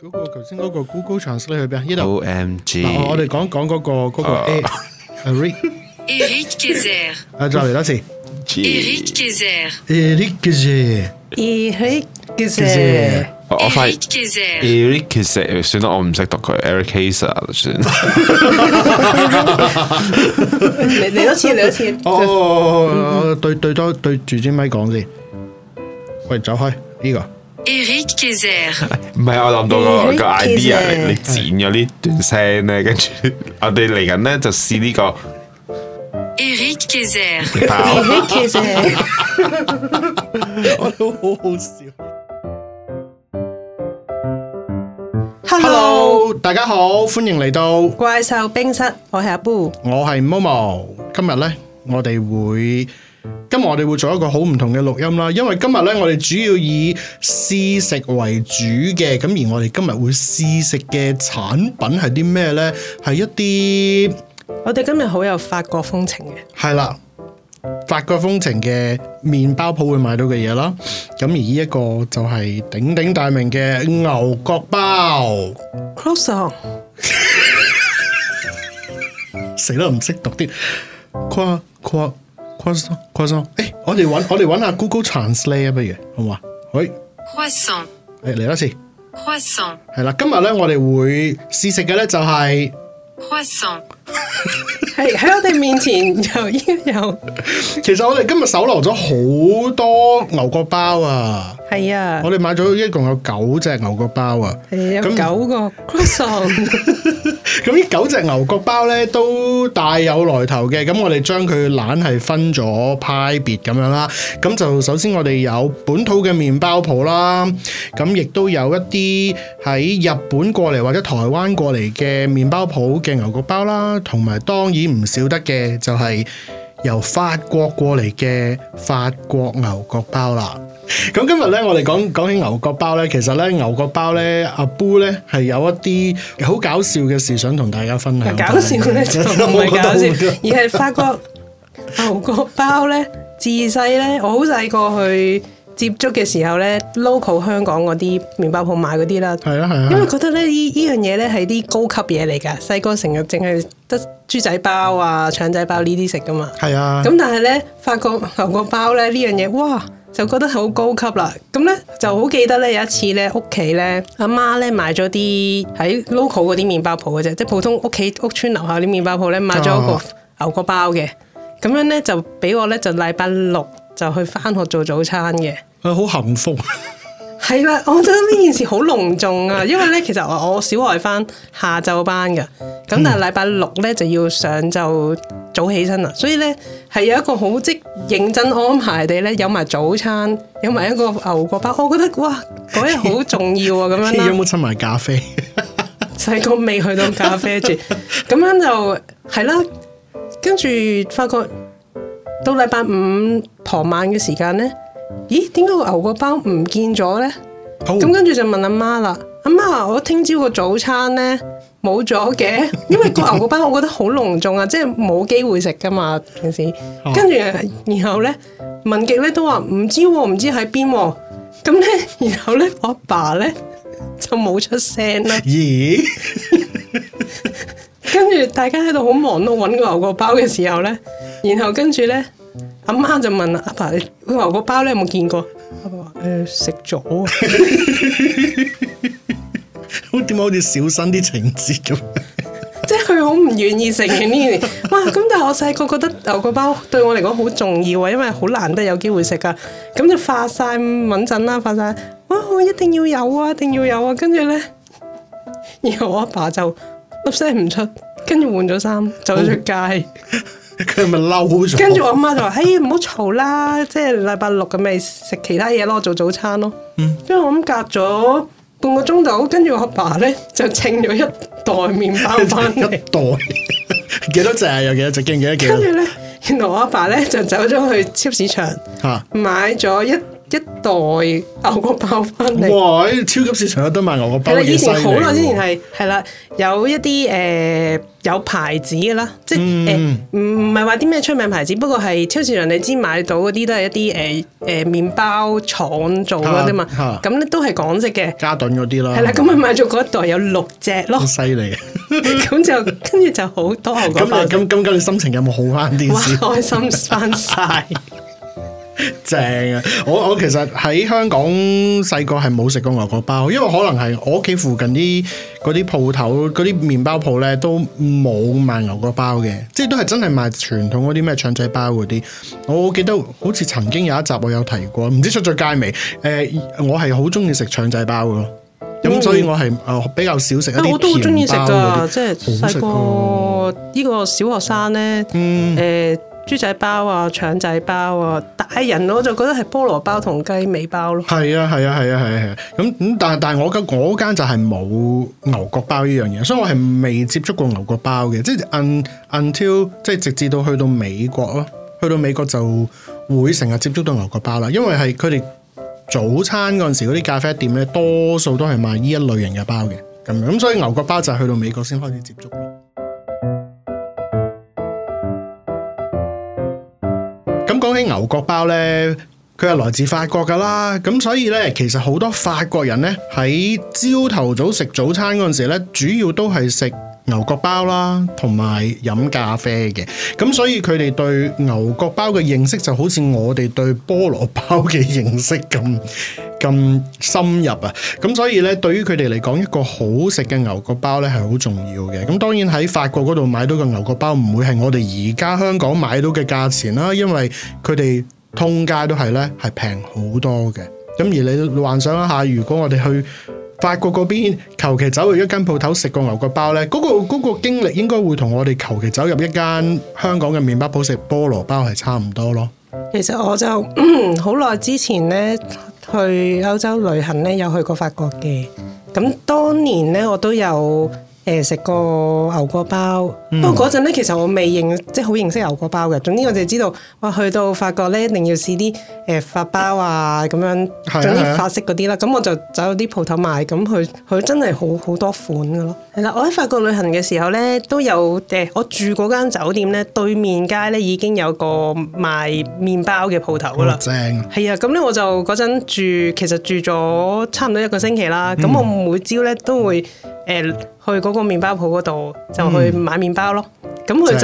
嗰個頭先嗰個 Google Translate 去邊？呢度 O M G，嗱，我我哋講講嗰個嗰個 A Eric， Eric Kaiser. 啊，再嚟多次 Eric Kaiser. Eric 嘅 Eric 嘅啫啫，我我發現 Eric Kaiser. Eric 其實算啦，我唔識讀佢 Eric Kaiser 算。 嚟嚟多 次，嚟多次。哦哦，哦對對多對住支咪講先。喂，走開呢個。 Eric Kaiser. 唔係，我諗到個 Eric 個 idea， Kaiser 你你剪咗呢段聲咧，跟住 我哋嚟緊咧就試呢個 Eric Kaiser. 爆 Eric 嘅 啫，我都 好好笑。 Hello， Hello，大家好，歡迎嚟到，我怪獸冰室，我係阿 Boo，係 Momo。今日呢，我哋會今日我哋會做一個好唔同嘅錄音啦，因為今日呢，我哋主要以試食為主嘅，咁而我哋今日會試食嘅產品係啲咩呢？係一啲我哋今日好有法國風情嘅，係啦，法國風情嘅麵包鋪會買到嘅嘢啦。咁而呢一個就係鼎鼎大名嘅牛角包， croissant 死啦唔識讀啲。跨跨跨桑跨桑，誒，我哋揾我哋揾下 Google Translate 啊，不如好唔好啊？喂， Croissant. 誒嚟多次， Croissant. 係啦，今日咧我哋會試食嘅咧就係 Croissant. 係喺我哋面前就應該有，其實我哋今日搜羅咗好多牛角包啊！係啊我，哋買咗一共有九隻牛角包啊！係有咁九個 croissant， 咁呢九隻牛角包咧都大有來頭嘅，咁我哋將佢懶係分咗派別咁樣啦。咁就首先我哋有本土嘅麵包鋪啦，咁亦都有一啲喺日本過嚟或者台灣過嚟嘅麵包鋪嘅牛角包啦，同埋當然唔少得嘅就係由法國過嚟嘅法國牛角包啦。咁今日咧，我哋講講起牛角包咧，其實咧牛角包咧，阿 Boo 咧係有一啲好搞笑嘅事想同大家 分享。搞笑咧就唔係搞我笑覺得好，而係啊法國牛角包咧，自細咧我好細個去接觸嘅時候咧，local 香港嗰啲麵包鋪買嗰啲啦。係啊係啊因係啊，為覺得咧呢呢樣嘢咧係啲高級嘢嚟㗎，細個成日淨係得豬仔包啊、腸仔包呢啲食㗎嘛。係啊。咁但係咧，法國牛角包咧呢樣嘢，哇！就覺得好高級啦，咁咧就好記得咧有一次咧屋企咧阿媽咧買咗啲喺 local 嗰啲麵包鋪嘅啫，即係普通屋企屋村樓下啲麵包鋪咧買咗一個啊牛角包嘅，咁樣咧就俾我咧就禮拜六就去翻學做早餐嘅。佢好幸福，係啦，我覺得呢件事好隆重啊，因為咧其實我我小外翻下晝班嘅，咁但嗯係禮拜六咧就要上晝早起身啦，所以咧係有一個好即認真安排地咧，有埋早餐，有埋一個牛角包，我覺得哇嗰日好重要啊咁 樣有啦，冇親埋咖啡？細個未去到咖 啡住，咁樣就係啦，跟住發覺到禮拜五傍晚嘅時間咧，咦點解個牛角包唔見咗咧？好 咁跟住就問阿媽啦，阿媽我聽朝個早餐咧冇咗嘅，因為個牛角包我覺得好隆重啊，即係冇機會食噶嘛平時。哦跟住然後咧文極咧都話唔知喎、唔知喺邊喎。咁咧 然後咧我阿爸咧就冇出聲啦。咦？跟住大家喺度好忙碌揾個牛角包嘅時候咧，然後跟住咧，阿媽就問啦：阿爸，你個牛角包咧有冇見過？阿爸話：誒食咗啊。好點解好似小新啲情節咁？ 即係佢好唔願意承認呢樣嘢。哇！咁但係我細個覺得牛角包對我嚟講好重要啊，因為好難得有機會食噶。咁就發晒敏陣啦，發晒哇！我一定要有啊，一定要有啊。跟住咧，然後我阿爸就粒聲唔出，跟住換咗衫走咗出街。佢係咪嬲咗？跟住我阿媽就話：，哎，唔好嘈啦，即係禮拜六咁咪食其他嘢咯，做早餐咯。跟住我咁隔咗半個鐘頭，跟住我阿爸咧就稱咗一袋麵包翻一嚟。袋 幾多隻啊？有幾多隻？記唔記得幾跟多住？咧，原來我阿爸咧就走咗去超市場嚇買咗一一袋牛角包翻嚟。哇！超級市場有得賣牛角包係啦，嘅，以前犀利好耐之前喎係係啦，有一啲誒、呃有牌子嘅啦，即係誒嗯唔唔係話啲咩出名牌子，不過係超市場你知買到嗰啲都係一啲誒誒麵包廠做嗰啲嘛嚇啊嚇，咁咧都係港式嘅，嘉頓嗰啲啦，係啦，咁啊咪買咗嗰一袋有六隻 咯好，犀利嘅。咁就跟住就好多牛咁角包你。咁咁咁，你心情有冇好翻啲哇！先？開心 翻晒， 正啊！我我其實喺香港細個係冇食過牛角包，因為可能係我屋企附近啲嗰啲鋪頭、嗰啲麵包鋪咧都冇賣牛角包嘅，即係都係真係賣傳統嗰啲咩腸仔包嗰啲。我記得好似曾經有一集我有提過，唔知出咗街未？誒、我係好中意食腸仔包嘅咯。咁所以我係誒比較少食一我都好啲中甜意食包嗰噶，啲，即係好食啊嗯細㗎個呢個小學生咧，誒豬仔包啊、腸仔包啊，大人我就覺得係菠蘿包同雞尾包咯。係啊係啊係啊係啊係啊，咁咁但係但係我間我嗰間就係冇牛角包呢樣嘢，所以我係未接觸過牛角包嘅，即係 un until 即係直至到去到美國咯，去到美國就會成日接觸到牛角包啦，因為係佢哋早餐嗰陣時嗰啲咖啡店咧，多數都係賣呢一類型嘅包嘅，咁樣咁所以牛角包就係去到美國先開始接觸咯。咁講起牛角包呢，佢係來自法國噶啦，咁所以呢，其實好多法國人呢，喺朝頭早食早餐嗰陣時呢，主要都係食牛角包啦，同埋飲咖啡嘅，咁所以佢哋對牛角包嘅認識就好似我哋對菠蘿包嘅認識咁咁深入啊！咁所以咧，對於佢哋嚟講，一個好食嘅牛角包咧係好重要嘅。咁當然喺法國嗰度買到嘅牛角包唔會係我哋而家香港買到嘅價錢啦，因為佢哋通街都係咧係平好多嘅。咁而你幻想一下，如果我哋去法國嗰邊求其走入一間鋪頭食個牛角包呢，嗰、個嗰、個經歷應該會同我哋求其走入一間香港嘅麵包鋪食菠蘿包係差唔多咯。其實我就嗯好耐之前咧去歐洲旅行咧，有去過法國嘅。咁當年咧，我都有誒食、過牛角包。嗯不過嗰陣咧，其實我未認即係好認識牛角包嘅。總之我就知道，哇！去到法國咧，一定要試啲誒法包啊咁樣，係啊總係啊之法式嗰啲啦。咁我就走去啲鋪頭買，咁佢佢真係好好多款嘅咯。係啦，我喺法國旅行嘅時候咧，都有誒、我住嗰間酒店咧，對面街咧已經有個賣麵包嘅鋪頭噶好啦。正啊，係啊，咁咧我就嗰陣住，其實住咗差唔多一個星期啦。嗯咁、我每朝咧都會誒、去嗰個麵包鋪嗰度就去買麵包咯。咁佢、嗯正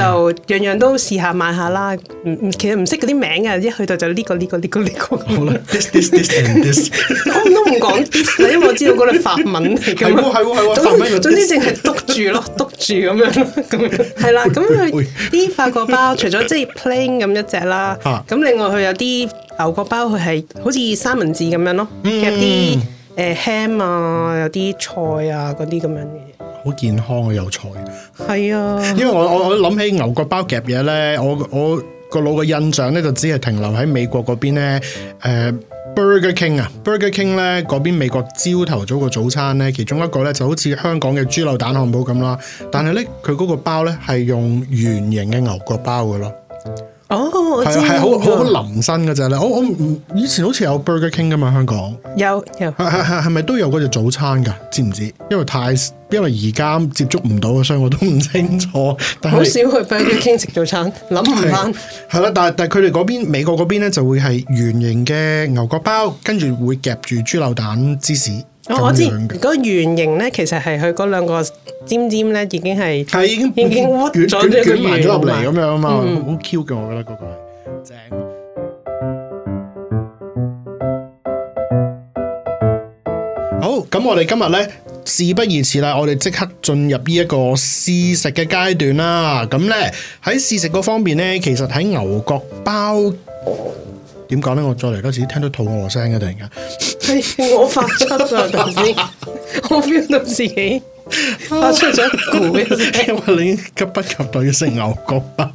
就樣樣都試下買下啦。唔唔，其實唔識嗰啲名啊嘅，一去到就呢、個呢、個呢、個呢、個。好啦，this this this and this，我都唔講 dis 啦，因為我知道嗰度法文嚟㗎係嘛。喎係喎係喎總法文有 dis 總之淨係篤住 咯，篤住咁樣咯，咁樣係啦。咁 會佢啲法國包除咗即係 plain 咁一隻啦嚇，咁另外佢有啲牛角包，佢係好似三文治咁樣咯，夾啲誒 ham 啊，有啲菜啊嗰啲咁樣嘅好健康啊，有菜。嘢。係啊，因為我我我諗起牛角包夾嘢咧，我我個腦嘅印象咧就只係停留喺美國嗰邊咧，誒、Burger King 啊，Burger King 咧嗰邊美國朝頭早個早餐咧，其中一個咧就好似香港嘅豬柳蛋漢堡咁啦，但係咧佢嗰個包咧係用圓形嘅牛角包嘅咯，哦，我知係係好好好㗎腍身嗰只咧，我我唔以前好似有 Burger King 噶嘛香港。有有。係係係係咪都有嗰隻早餐㗎？知唔知？因為太因為而家接觸唔到啊，所以我都唔清楚。但係好少去 Burger King 食早餐，諗唔翻係。係啦，但係但係佢哋嗰邊美國嗰邊咧就會係圓形嘅牛角包，跟住會夾住豬柳蛋芝士咁哦我我知樣嘅嗰。個圓形咧，其實係佢嗰兩個尖尖咧，已經 係係已經已經捲屈捲咗一個捲埋咗入嚟圓咁樣啊嘛，好嗯 Q 嘅我覺得嗰個係正。好，咁我哋今日咧事不宜遲啦，我哋即刻進入呢一個試食嘅階段啦。咁咧喺試食嗰方面咧，其實喺牛角包點講咧？我再嚟多次，聽到肚餓聲嘅突然間。係我發出啊！頭 先我 feel 到自己發出咗一 股嘅聲因為你已經急不及待要食牛角包。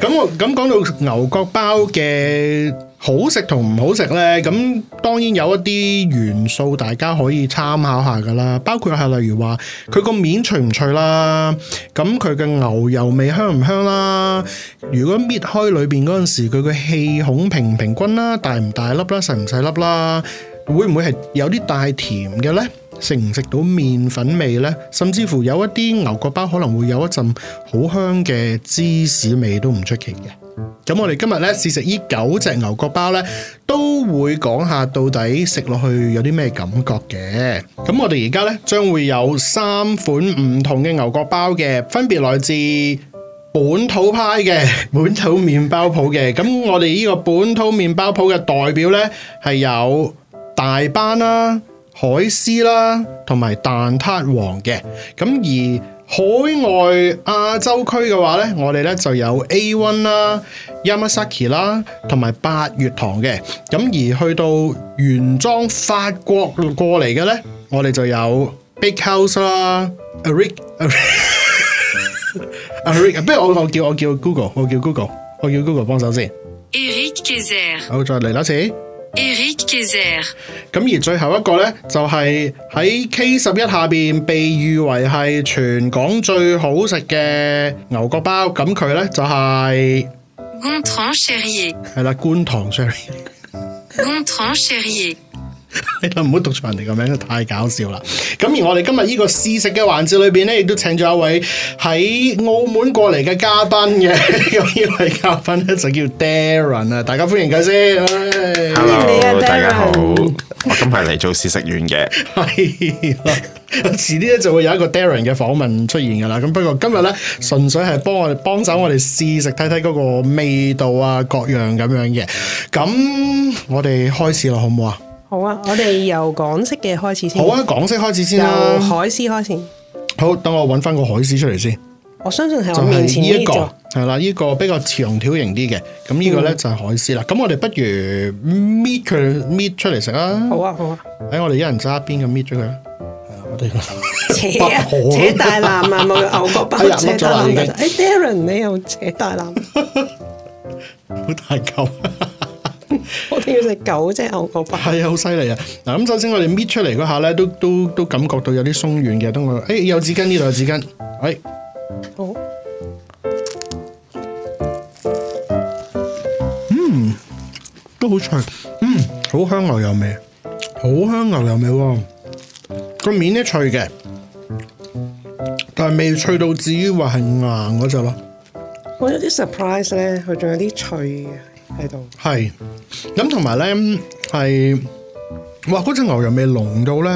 咁我咁講到牛角包嘅好食同唔好食呢，咁當然有一啲元素大家可以參考下噶啦，包括係例如話佢個面脆唔脆啦，咁佢嘅牛油味香唔香啦，如果搣開裏邊嗰陣時，佢嘅氣孔平唔平均啦，大唔大粒啦，細唔細粒啦，會唔會係有啲帶甜嘅呢？食唔食到麵粉味呢？甚至乎有一啲牛角包可能會有一陣好香嘅芝士味都唔出奇嘅。咁我哋今日咧試食呢九隻牛角包咧，都會講下到底食落去有啲咩感覺嘅。咁我哋而家咧將會有三款唔同嘅牛角包嘅，分別來自本土派嘅 本土麵包鋪嘅。咁我哋呢個本土麵包鋪嘅代表咧係有大班啦、海絲啦同埋蛋撻王嘅。咁而海外亞洲區嘅話咧，我哋咧就有 A1 啦、Yamasaki 啦，同埋八月堂嘅。咁而去到原裝法國過嚟嘅咧，我哋就有 Big House 啦、Eric、Eric，不如啊我我叫我叫 Google，我叫 Google，我叫 Google 幫手先。 Eric Kaiser. 好，再嚟多次。 Eric Kaiser. 咁而最後一個呢，就係、喺 K 十一下邊被譽為係全港最好食嘅牛角包，咁佢呢，就係 Gontran Cherrier. 係啦觀塘 Sherry， Gontran Cherrier. 係啦唔好讀錯人哋個名，太搞笑啦！咁而我哋今日呢個試食嘅環節裏邊呢，亦都請咗一位喺澳門過嚟嘅嘉賓嘅， 咁呢位嘉賓呢，就叫 Darren 啊，大家歡迎佢先。唉 Hello， Darren 大家好，我今日嚟做試食員嘅，係啦，遲啲咧就會有一個 Darren 嘅訪問出現㗎啦。咁不過今日咧，純粹係幫我哋幫手，我哋試食睇睇嗰個味道啊，各樣咁樣嘅。咁我哋開始啦，好唔好啊？好啊，我哋由港式嘅開始先，好啊，港式開始先由啦。海絲開始。好，等我揾翻個海絲出嚟先，我相信係就我哦面係前呢呢一一個座。嗯係啦，呢個比較長條型啲嘅。咁呢個咧就係海絲啦。咁我哋不如搣佢搣出嚟食啊！好啊，好啊，喺我哋一人揸一邊咁搣咗佢啦。係啊，我哋。 扯不啊，可扯大纜啊，冇牛 角包哎呀扯碌咗啦大已經纜。誒，Darren 你又扯大纜， 好大嚿，我哋要食九隻牛 角包。係啊，好犀利啊！嗱，咁首先我哋搣出嚟嗰下咧，都都都感覺到有啲鬆軟嘅。等我，誒、哎有紙巾呢度有紙巾，哎誒好，都好脆，嗯，好香牛油味，好香牛油味喎、個面咧脆嘅，但係未脆到至於話係硬嗰只咯。我有啲 surprise 咧，佢仲有啲脆嘅喺度。係，咁同埋咧係，哇！嗰只牛油味濃到咧，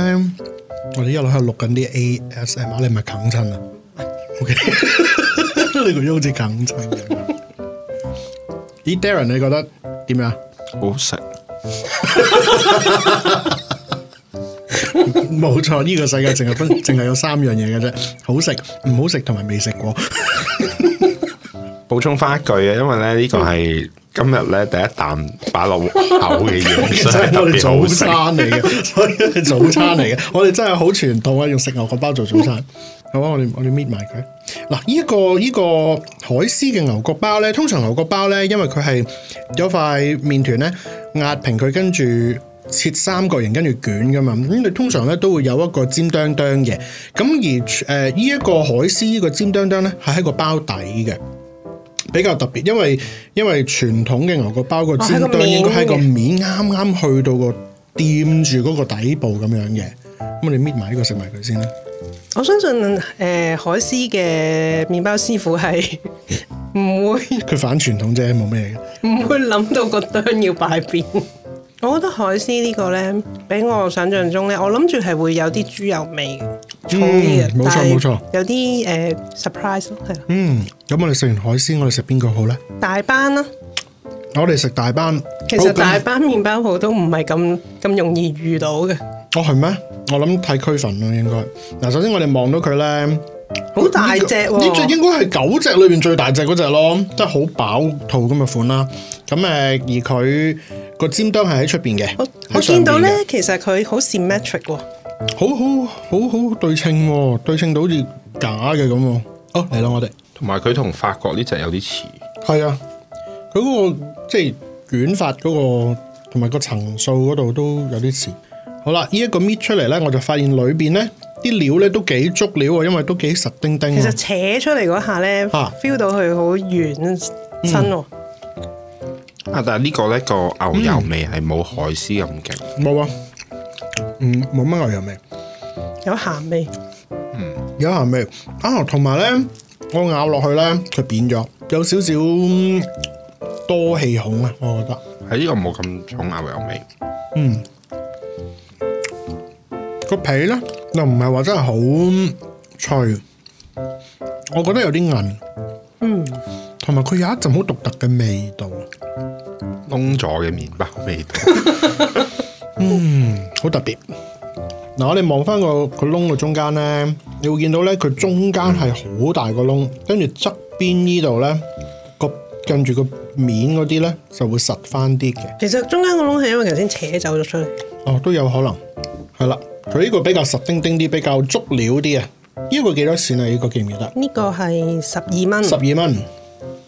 我哋一路喺度錄緊啲 ASMR，你係咪啃親啊？OK，你個樣好似啃親咁。咦，Darren，你覺得點樣啊？好食。冇錯，呢、個世界淨係分，淨係有三樣嘢嘅啫，好食、唔好食同埋未食過。補充翻一句啊，因為咧呢個係今日咧第一啖擺落口嘅嘢，其所實以係特我哋別早好食。餐嚟 嘅，所以係早餐嚟嘅。我哋真係好傳統啊，用食牛角包做早餐。好啊，我哋我哋搣埋佢。嗱，呢、一個呢、個海絲嘅牛角包咧，通常牛角包咧，因為佢係有塊面團咧壓平佢，跟住。切三角形跟住捲噶嘛，咁你通常咧都會有一個尖釘釘嘅，咁而呃誒呢一個海絲呢個尖釘釘咧係喺個包底嘅，比較特別，因為因為傳統嘅牛角包個尖喺哦個釘應該喺個面面嘅啱啱去到個掂住嗰個底部咁樣嘅，咁我哋搣埋呢個食埋佢先啦。我相信誒、呃海絲嘅麵包師傅係 唔會 佢反傳統啫，冇咩嘅。唔會諗到個哚要擺邊。我覺得海絲呢個呢，比我想象中呢，我諗住係會有啲豬油味嘅，重啲嘅，嗯冇錯但係冇錯有啲誒、呃 surprise 咯，係啦嗯，咁我哋食完海鮮，我哋食邊個好咧？大班嗯啦。我哋食大班。其好實咁大班麵包鋪都唔係咁咁容易遇到嘅，哦係咩？我諗睇區分咯，應該。嗱，首先我哋望到佢咧，好大隻呢個喎、呢只應該係九隻裏邊最大隻嗰只咯，即係好飽肚咁嘅款啦。咁誒，而佢個尖端係喺出邊嘅我，喺我上見到邊呢嘅，其實佢好 symmetric 喎，好好好好對稱喎，對稱到好似假嘅咁喎。哦，嚟啦，我哋同埋佢同法國呢只有啲似，係啊，佢嗰、個即係捲法嗰、個同埋個層數嗰度都有啲似。好啦，呢、一個搣出嚟咧，我就發現裏邊咧啲料咧都幾足料喎，因為都幾實丁丁啊其實喎。扯出嚟嗰下咧嗯啊嗯，feel 到佢好軟身喎。啊，但係呢個咧個牛油味係冇海絲咁勁，冇啊，嗯，冇乜牛油味，有鹹味，有鹹味啊，同埋咧我咬落去咧佢扁咗，有少少嗯多氣孔啊，我覺得。係呢個冇咁重牛油味。嗯，個皮咧又唔係話真係好脆，我覺得有啲韌，嗯，同埋佢有一陣好獨特嘅味道，窿咗嘅麵包味 道，好特別。嗱，我哋望翻個個窿嘅中間咧，你會見到咧，佢中間係好大個窿，跟住側邊呢度咧個近住個面嗰啲咧就會實翻啲嘅。其實中間個窿係因為頭先扯走咗出嚟，哦，都有可能，係啦。佢呢個比較實丁丁啲，比較足料啲啊。呢個幾多錢啊？呢個記唔記得？呢個係十二蚊，十二蚊，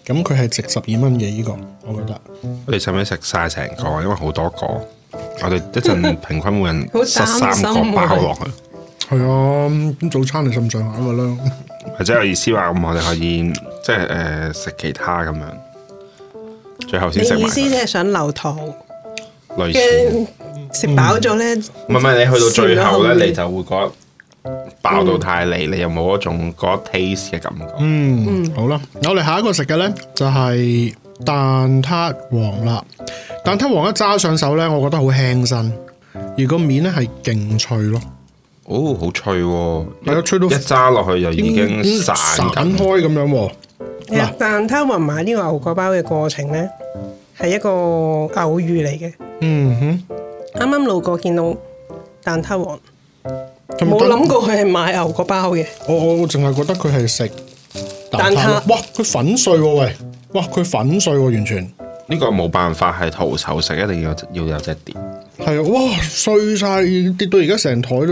咁佢係值十二蚊嘅呢個，我覺得。我哋使唔使食晒成個？啊因為好多個，我哋一 陣平均每人好擔塞心三個包落去，係啊，咁早餐你咁上下噶啦。或者我意思話咁，我哋可以即係誒食其他咁樣，最後你先食埋意思即佢。係想留堂嗯類似，嘅食飽咗咧？唔係唔係，你去到最後少咗口咧，味你就會覺得爆到太膩，你又冇嗰種嗰 taste 嘅感覺。嗯，好啦，我哋下一個食嘅呢，就係、蛋撻王啦。蛋撻王一揸上手呢，我覺得好輕身，而個面呢係勁脆咯，哦，好脆喎！係咯吹到一揸落去就已嗯經散散緊。開咁樣喎。嗯其實但偷雲買呢個牛角包嘅過程咧，係一個偶遇嚟嘅。嗯哼，啱啱路過見到蛋撻王，同埋冇蛋諗過佢係買牛角包嘅。我我我淨係覺得佢係食蛋蛋撻撻咯。哇，佢粉碎喎、喂，哇，佢粉碎喎、完全。呢個冇辦法係徒手食，一定要有要有隻碟。係啊，哇碎晒跌到而家成台都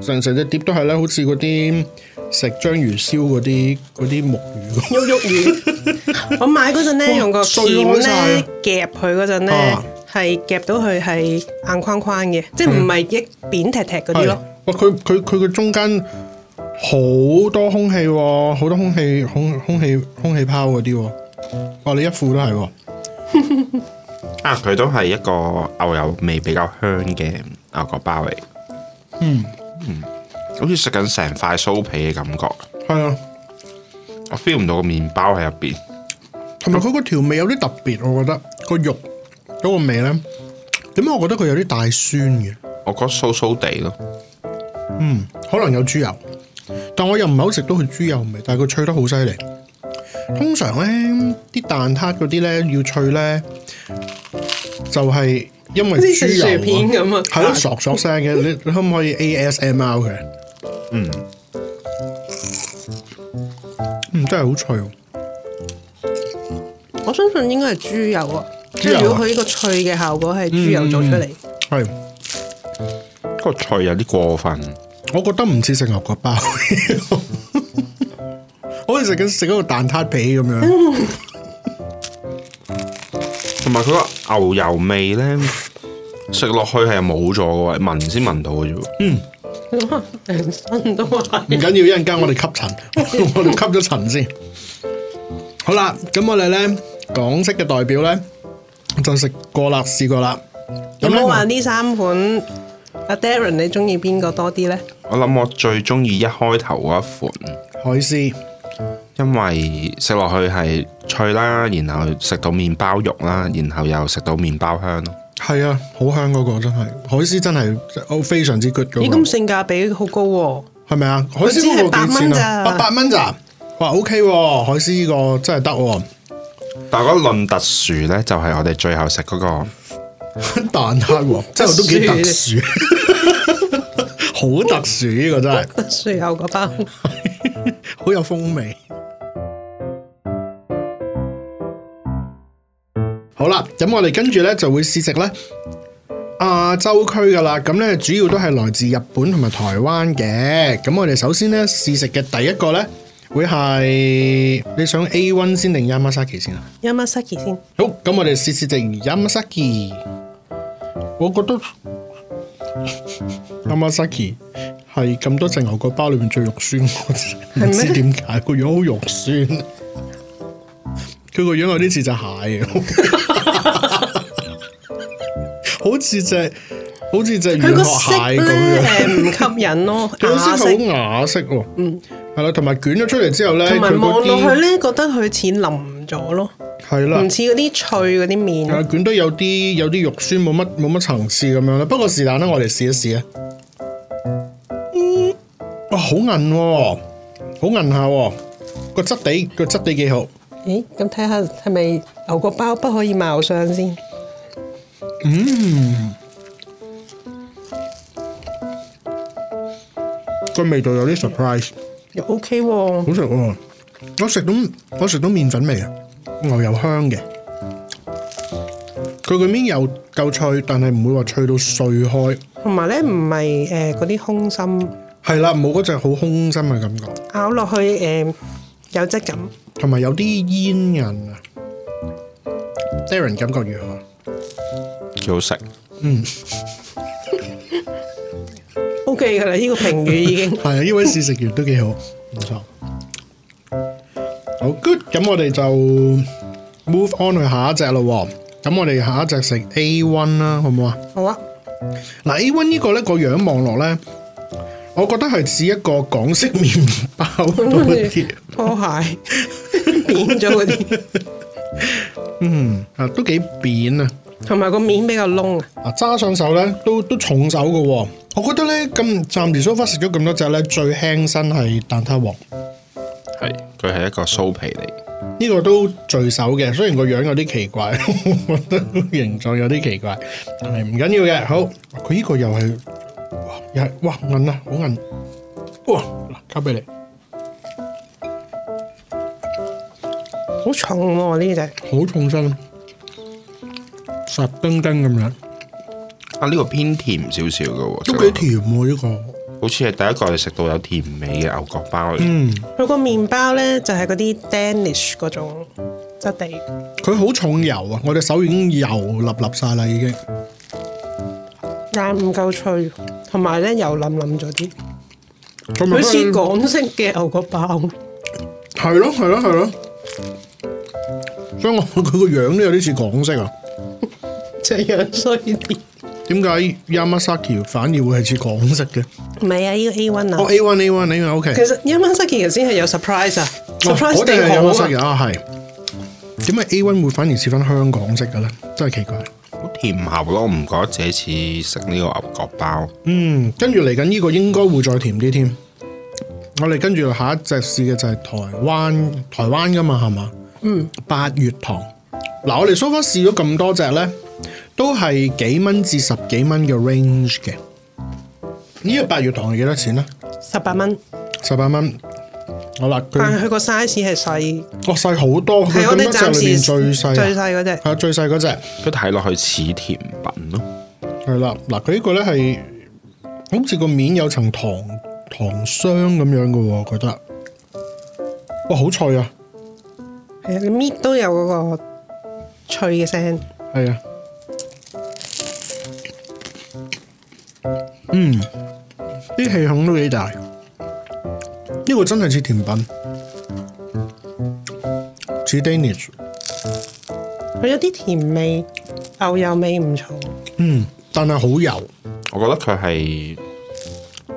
成成隻碟都係咧，好似嗰啲食章魚燒嗰啲嗰啲木魚咁。喐喐丸， 我買嗰陣哇咧用個鉗碎開晒啊咧夾佢嗰陣咧啊，嗯係夾到佢係硬框框嘅，即係唔係一扁踢踢嗰啲係咯。哇！佢佢佢個中間好多空氣喎、好多空氣空空氣空氣泡嗰啲喎。哇！你一副都係喎，啊，佢都係一個牛油味比較香嘅牛角包嚟。嗯嗯，好似食緊成塊酥皮嘅感覺，係啊，我 feel 唔到個麵包喺入邊。同埋佢個調味有啲特別，我覺得個肉嗰個味咧，點解我覺得佢有啲大酸嘅？我覺得酥酥地咯，嗯，可能有豬油，但我又唔係好食到佢豬油味，但係佢脆得好犀利。通常咧啲蛋撻嗰啲咧要脆咧，就係、因為好似食豬油薯片咁啊係咯，嗦嗦聲嘅，你你可唔可以 ASMR 佢？嗯，嗯，真係好脆喎，我相信應該係豬油啊，即豬油啊係如果佢呢個脆嘅效果係豬油做出嚟，係，個脆有啲過分。我覺得唔似食牛角包， 好似食緊食嗰個蛋撻皮咁樣，同埋佢個牛油味咧，食落去係冇咗嘅喎，聞先聞到嘅啫喎。嗯嗯成 身都係。唔緊要，一陣間我哋吸 塵，我哋吸咗塵先。好啦，咁我哋咧港式嘅代表咧就食過啦，試過啦。有咧冇話呢三款？阿 Darren，你中意邊個多啲咧？啊我諗我最中意一開頭嗰一款，海絲，因為食落去係脆啦，然後食到麵包肉啦，然後又食到麵包香咯。係啊，好香嗰個真係，海絲真係我非常之 good 嗰咦，咁個，性價比好高喎！係 咪啊？海絲嗰個幾佢只係八蚊錢啊？咋八八蚊咋？哇，OK 喎，海絲呢個真係得 喎。但係我覺得論特殊咧，就係、我哋最後食嗰、個，蛋撻王真係都幾特殊， 好特殊呢個真係，最後嗰包 好有風味。好啦，咁我哋跟住咧就會試食咧亞洲區噶啦，咁咧主要都係來自日本同埋台灣嘅。咁我哋首先咧試食嘅第一個咧，會係你想 A one 先定 Yamasaki 先啊？ Yamasaki 先，好，咁我哋試試定 Yamasaki。我覺得 Yamasaki 係咁多隻牛角包裏面最肉酸，我唔係知咩點解個樣好肉酸。佢個樣有啲似隻蟹啊好似隻好似隻佢軟個殼色蟹咁咧樣。誒唔吸引咯，佢個亞色好式，牙色喎，嗯，係啦，同埋捲咗出嚟之後咧，同佢埋嗰望落去啲咧覺得佢似腍咗咯，係啦唔，似嗰啲脆嗰啲面係。啦，捲啊得有啲有啲肉酸，冇乜冇乜層次咁樣啦。不過是但啦，我哋試一試啊。嗯，哇，好韌喎，好韌下喎，個質地個質地幾好，咦，咁睇下係咪牛角包不可以貌相先？個味道有啲 surprise，又 OK 喎，好食喎。我食到我食到麵粉味啊，牛油香嘅。佢個面又夠脆，但係唔會話脆到碎開。同埋咧唔係誒嗰啲空心係啦，冇嗰隻好空心嘅感覺，咬落去誒、有質感，同埋有啲煙韌啊。Darren 感覺如何？幾好食。 O K 噶啦，呢、個評語已經係啊，呢位試食員都幾好，唔錯。好 good，咁我哋就 move on 去下一隻咯喎。咁我哋下一隻食 A one 啦，好唔好啊？ 好啊，嗱 A one 呢個咧個樣望落咧，我覺得係似一個港式麵包多啲。拖鞋 扁咗嗰啲，嗯，啊都幾扁啊！同埋個面比較窿啊，嗱，揸上手咧都都重手嘅喎、我覺得咧咁暫時 so far 食咗咁多隻咧，最輕身係蛋撻王，呢、係佢係一個酥皮嚟，個都聚手嘅。雖然個樣有啲奇怪， 我覺得形狀有啲奇怪，但係唔緊要嘅。好，佢呢個又係哇，又係哇韌啊，好韌！哇，嗱，交俾你，好重喎呢只，好重身，十斤斤咁樣，啊呢、個偏甜少少嘅喎，都幾甜喎、呢、個。好似係第一個係食到有甜味嘅牛角包嚟。嗯佢個麵包咧就係嗰啲 Danish 嗰種質地，佢好重油啊！我隻手已經油立立晒啦，已經。但唔夠脆，同埋咧又冧冧咗啲，佢咪佢似港式嘅牛角包，係咯，係咯，係咯。所以我佢個樣都有啲似港式啊。隻樣衰啲。點解 Yamasaki 反而會係似港式嘅？唔係啊，呢、個 A one 啊。哦，A one A one A one OK。其實 Yamasaki 先係有 surprise 啊哦，surprise 我哋係地好 Yamasaki 啊，啊，係。點解 A one 會反而似翻香港式嘅咧？真係奇怪。好甜口咯，唔覺得自己似食呢個牛角包。嗯，跟住嚟緊呢個應該會再甜啲添。我哋跟住下一隻試嘅就係台灣，台灣噶嘛係嘛？嗯，八月堂。嗱，我哋 so far 試咗咁多隻咧，都係幾蚊至十幾蚊嘅 range 嘅。呢個八月堂係幾多錢咧？十八蚊，十八蚊。好啦，但佢係佢個 size 係細，哦細好多，佢係咁我哋多隻暫裏面時最細，最係細嗰只，啊最細嗰只。佢睇落去似甜品咯，係啦，嗱，佢呢個咧係好似個面有層糖糖霜咁樣嘅喎，我覺得哇好脆啊，係啊你搣都有嗰個脆嘅聲，係啊，嗯，啲氣孔都幾大，呢、個真係似甜品，似 Danish，佢有啲甜味，牛油味唔重，嗯，但係好油，我覺得佢係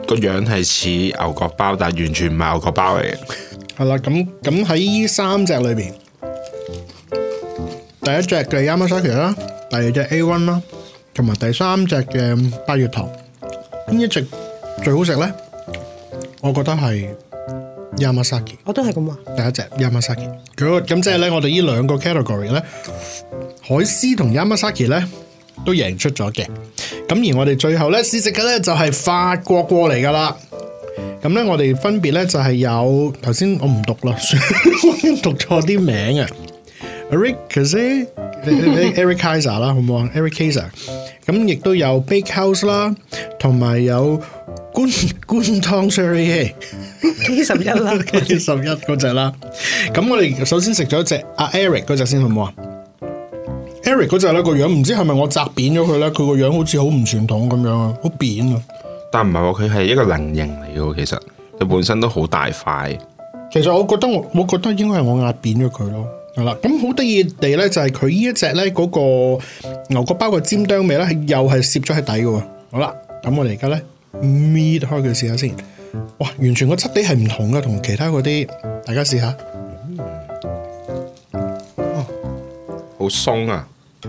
個樣係似牛角包，但係完全唔係牛角包嚟嘅。係啦，咁咁喺呢三隻裏邊，第一隻嘅 Yamasaki 啦，第二隻 A One 啦，同埋第三隻嘅八月堂，邊一隻最好食咧？我覺得係 Yamasaki 我都係 咁話，第一隻 Yamasaki。咁咁即係咧，我哋呢兩個 category 咧，海獅同 Yamasaki 咧都贏出咗嘅。咁而我哋最後咧試食嘅咧就係、法國過嚟噶啦。咁咧，我哋分別咧就係有頭先我唔讀啦， 我已經讀錯啲名啊。Eric Kaiser、Eric Kaiser 啦，好唔好啊？Eric Kaiser，咁亦都有 Bakehouse 啦，同埋有官官湯 s h e r r y 幾十一啦， 十一嗰只啦。咁我哋首先食咗只阿 Eric 嗰只先好唔好啊？Eric 嗰只咧個樣唔知係咪我摘扁咗佢咧，佢個樣好似好唔傳統咁樣啊，好扁啊。但唔係喎，佢係一個菱形嚟嘅喎，其實佢本身都好大塊，其實我覺得我我覺得應該係我壓扁咗佢咯。係啦，咁好得意地咧，就係佢呢一隻咧嗰個牛角包個尖端味咧，係又係攝咗喺底嘅喎。好啦，咁我哋而家咧搣開佢試下先。哇，完全個質地係唔同嘅，同其他嗰啲，大家試下。好鬆啊！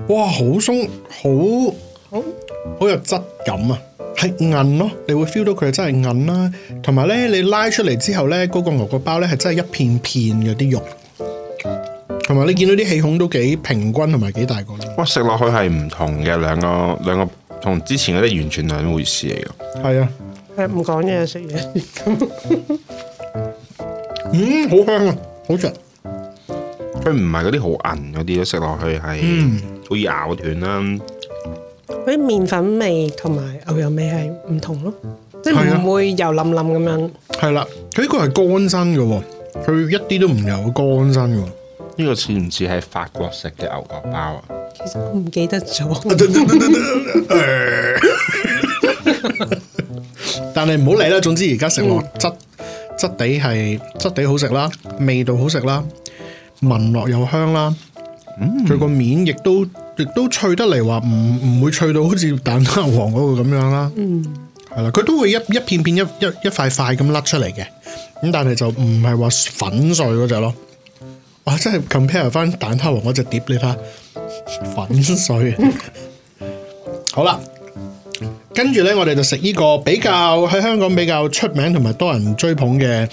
哇，好鬆，好好好有質感啊！係韌咯，你會 feel 到佢真係韌啦，同埋咧你拉出嚟之後咧，嗰、個牛角包咧係真係一片片嘅啲肉，同埋你見到啲氣孔都幾平均同埋幾大個咯。哇，食落去係唔同嘅兩個兩個，同之前嗰啲完全兩回事嚟嘅。係啊，誒唔講嘢食嘢，嗯，好香啊，好食。佢唔係嗰啲好韌嗰啲咯，食落去係好易咬斷啦。嗰啲麵粉味同埋牛油味係唔同咯，即係啊係唔會油冧冧咁樣。係啦，佢呢個係乾身嘅喎，佢一啲都唔有乾身嘅喎。呢個似唔似係法國食嘅牛角包啊？其實我唔記得咗，但係唔好理啦。總之而家食落質質地係質地好食啦，味道好食啦，聞落又香啦。佢個面亦都亦都脆得嚟話，唔唔會脆到好似蛋撻王嗰個咁樣啦。嗯，係啦，佢都會一一片片一一一塊塊咁甩出嚟嘅，咁但係就唔係話粉碎嗰只咯。哇！真係 compare 翻蛋撻王嗰只碟，你睇下粉碎。啊好啦。跟住咧，我哋就食呢個比較喺香港比較出名同埋多人追捧嘅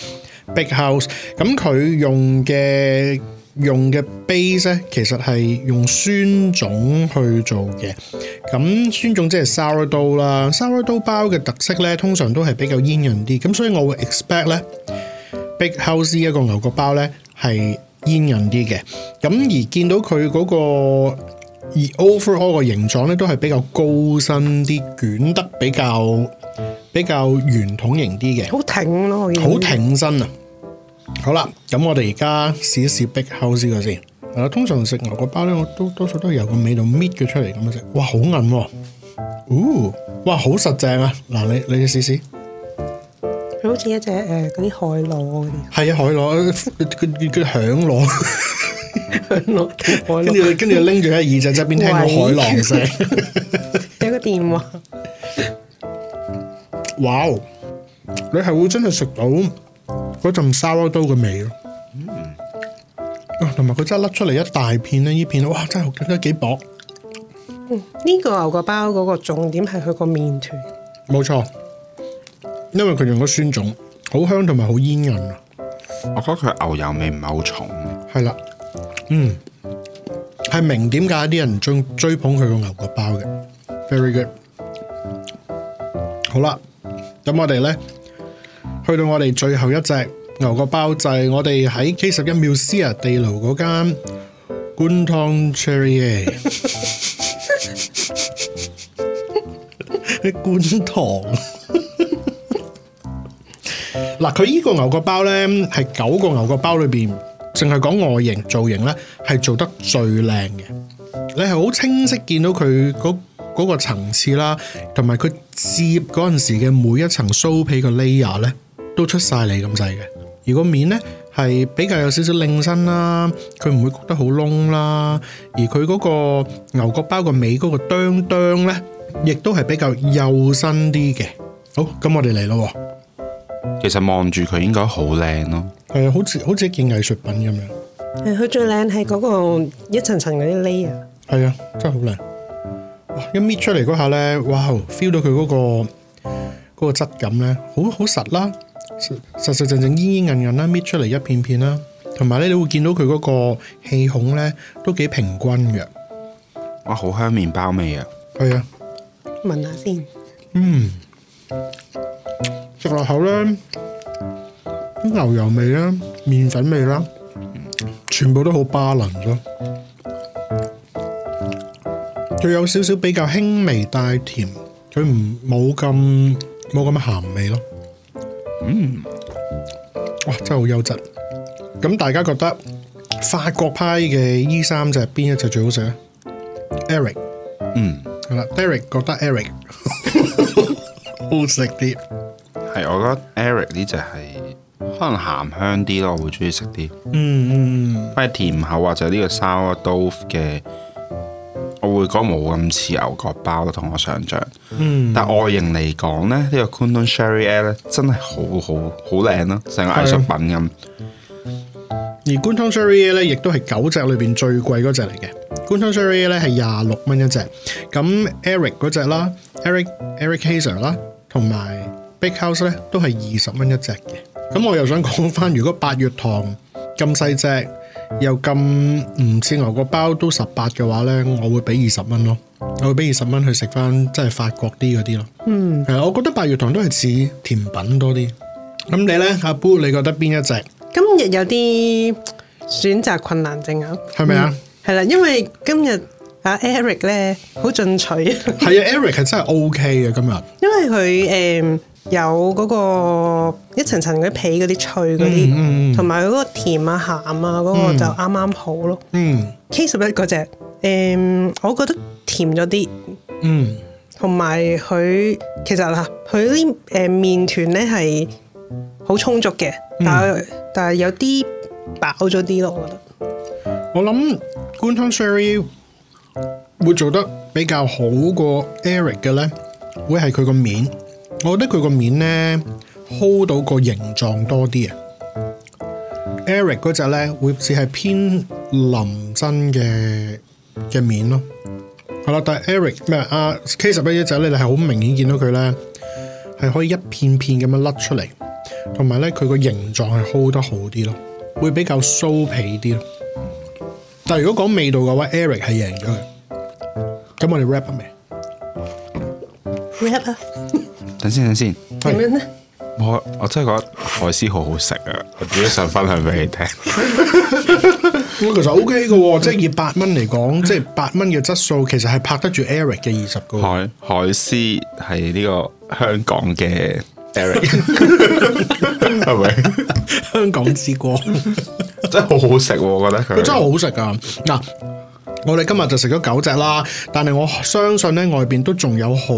Big House。咁佢用嘅用嘅 base 咧，其實係用酸種去做嘅。咁酸種即係 sourdough 啦，sourdough 包嘅特色咧，通常都係比較煙韌啲。咁所以我會 expect 咧，Big House 呢一個牛角包咧係煙韌啲嘅。咁而見到佢嗰、個。而 overall 個形狀咧都係比較高身啲，捲得比較比較圓筒形啲嘅，好挺咯，我見到好挺身啊！好啦，咁我哋而家試一試 Big House 個先。係啦，通常食牛角包咧，我都多數都係由個尾度搣佢出嚟咁樣食。哇，好韌喎、哦！哇，好實正啊！嗱，你你試試，佢好似一隻誒嗰啲海螺嗰係啊，海螺，佢佢佢響螺，啲海螺，海跟螺住跟住拎住喺耳仔側邊聽到海浪聲。有個電話，哇！哦你係會真係食到嗰陣沙拉刀嘅味咯。啊同埋佢真係甩出嚟一大片咧，呢片哇真係覺得幾薄。呢個牛角包嗰個重點係佢個麵團，冇錯，因為佢用咗酸種，好香同埋好煙韌啊。我覺得佢牛油味唔係好重，係啦，嗯，係明點解啲人追追捧佢個牛角包嘅，very good。好啦，咁我哋咧去到我哋最後一隻牛角包就係、我哋喺 K 十一 Musea 地牢嗰間官湯 Cherry，官堂。嗱，佢呢個牛角包咧，係九個牛角包裏邊，淨係講外形造型咧，係做得最靚嘅。你係好清晰見到佢嗰嗰個層次啦，同埋佢摺嗰陣時嘅每一層酥皮嘅 layer 咧，都出晒嚟咁滯嘅。而個面咧係比較有少少擰身啦，佢唔會覺得好燶啦，而佢嗰個牛角包個尾嗰個哚哚咧，亦都係比較幼身啲嘅。好，咁我哋嚟咯喎。其實望住佢應該好靚咯。係啊，好似好似一件藝術品咁樣。誒佢最靚係嗰個一層層嗰啲 layer，係啊，真係好靚。哇！一搣出嚟嗰下咧，哇！feel 到佢嗰、個嗰、個質感咧，好好實啦，實實實正正煙煙韌韌啦，搣出嚟一片片啦，同埋咧，你會見到佢嗰個氣孔咧都幾平均嘅。哇，好香麵包味啊！係啊，聞下先，食落口咧，啲牛油味啦、麵粉味啦，全部都好 balance 咯。佢有少少比較輕微帶甜，佢唔冇咁冇咁鹹味咯。嗯，哇，真係好優質。咁大家覺得法國派嘅依三隻邊一隻最好食咧？Eric，嗯，係啦，Derek 覺得 Eric 好食啲。係我覺得 Eric 呢隻係可能鹹香啲咯，我會中意食啲。嗯嗯，因為甜口或者呢個 sourdough 嘅，我會講冇咁似牛角包咯，同我想像。嗯，但外形嚟講咧，呢、個 c o n d o n Sherry Ale 咧真係好好好靚咯，成個藝術品咁。而官湯 Sherry 咧，亦都係九隻裏邊最貴嗰隻嚟嘅。官湯 Sherry 咧係廿六蚊一隻，咁 Eric 嗰只啦，Eric Eric Hazer 啦，同埋 Big House 咧都係二十蚊一隻嘅。咁我又想講翻，如果八月堂咁細隻，又咁唔似牛角包都十八嘅話咧，我會俾二十蚊咯，我會俾二十蚊去食翻即係法國啲嗰啲咯。嗯，係啊我覺得八月堂都係似甜品多啲。咁你咧，阿 Boo，你覺得邊一隻今日有啲選擇困難症啊，係咪啊？係啦，因為今日阿 Eric 咧好進取，因係啊，Eric 係真係 OK 嘅今日，為佢诶、誒有嗰個一層層嗰啲皮嗰啲脆嗰嗯嗯嗯啲，同埋佢嗰個甜啊鹹啊嗰個就啱啱好咯。嗯 K 十一嗰只诶，誒我覺得甜咗啲。嗯同埋佢其實嗱，佢啲誒面團咧係好充足嘅，但係嗯但係有啲飽咗啲咯，我覺得。我諗官湯 Sherry 會做得比較好過 Eric 嘅咧，會係佢個面，我覺得佢個面咧 hold 到個形狀多啲啊。Eric 嗰只咧會只係偏淋身嘅嘅面咯，係啦，但係 Eric 咩啊 K 十一一隻咧，你係好明顯見到佢咧係可以一片片咁樣甩出嚟，同埋咧佢個形狀係 hold 得好啲咯，會比較酥皮啲咯。但係如果講味道嘅話，Eric 係贏咗嘅。咁我哋 wrap up 未？ rap 啊，等先等先，點樣咧？我我真係覺得海絲好好食啊！我自己想分享俾 你聽。我啊其實 OK 嘅喎，即係以八蚊嚟 講，即係八蚊嘅質素其實係拍得住 Eric 嘅二十個。海海絲係呢個香港嘅 Eric，係 咪？香港之光，佢真係好好食喎，我覺得佢。真係好食啊！嗱，我哋今日就食咗九隻啦，但係我相信咧外邊都仲有好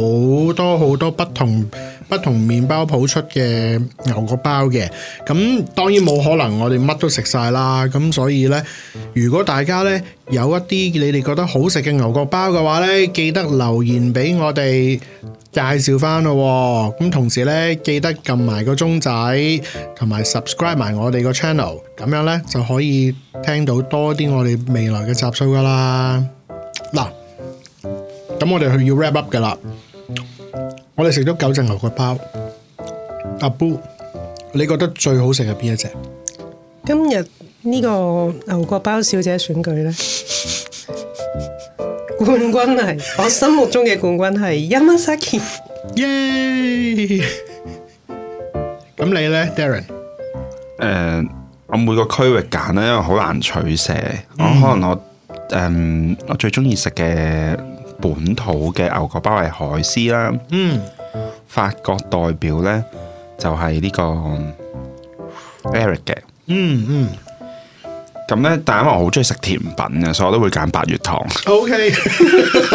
多好多不同不同麵包鋪出嘅牛角包嘅。咁當然冇可能我哋乜都食晒啦。咁所以咧，如果大家咧有一啲你哋覺得好食嘅牛角包嘅話咧，記得留言俾我哋。介紹翻咯喎，咁同時咧記得撳埋個鐘仔，同埋 subscribe 埋我哋個 channel，咁樣咧就可以聽到多啲我哋未來嘅集數噶啦。嗱，咁我哋去要 wrap up 噶啦，我哋食咗九隻牛角包，阿 Boo，你覺得最好食係邊一隻？今日呢個牛角包小姐選舉咧，冠軍係我心目中嘅冠軍係 Yamasaki。耶！ 咁你咧，Darren，誒、呃我每個區域揀咧，因為好難取捨。我可能我誒、我最中意食嘅本土嘅牛角包係海絲啦。嗯，法國代表咧就係、呢個嗯 Eric 嘅。嗯嗯咁咧，但係因為我好中意食甜品嘅，所以我都會揀八月 糖。 ，OK。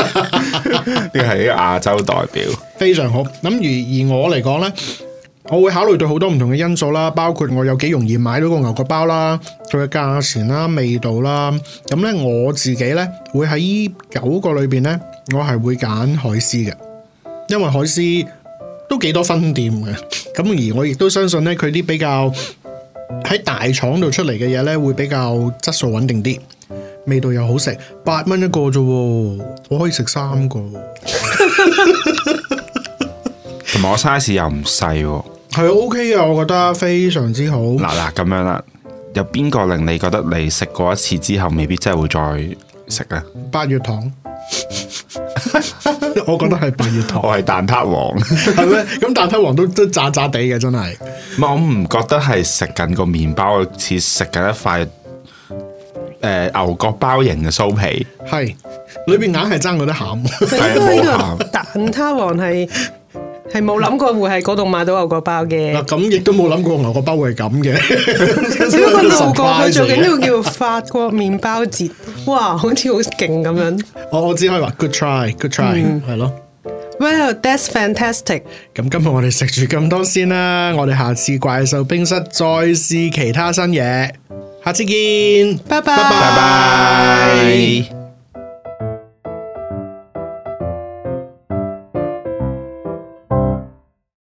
呢個係亞洲代表。非常好。咁而而我嚟講呢，我會考慮到好多唔同嘅因素啦，包括我有幾容易買到個牛角包啦，佢嘅價錢啦、味道啦。咁呢，我自己呢，會喺依九個裏邊呢，我係會揀海絲嘅，因為海絲都幾多分店嘅。咁而我亦都相信呢，佢啲比較喺大廠度出嚟嘅嘢呢，會比較質素穩定啲。味道又好食，八蚊一個啫喎，我可以食三個喎。同埋我 size 又唔細喎。係 OK 嘅，我覺得非常之好。嗱嗱咁樣啦，有邊個令你覺得你食過一次之後，未必真係會再食咧？八月堂， 我覺得係八月堂，我係蛋撻王。係咩？咁蛋撻王都都渣渣地嘅，真係。唔係我唔覺得係食緊個麵包，我似食緊一塊誒、呃牛角包型嘅酥皮， 係裏邊硬係爭嗰啲餡。啊應該呢冇個蛋撻王係係冇諗過會喺嗰度買到牛角包嘅嗱，。啊咁亦都冇諗過牛角包會係咁 嘅，只不過路過 Surprise 佢做緊嚟嘅呢個叫法國麵包節，哇，好似好勁咁樣。我我只可以話 good try，good 嗯 try 係咯。 Well, that's fantastic！咁今日我哋食住咁多先啦，我哋下次怪獸冰室再試其他新嘢，下次見，拜拜拜拜。拜。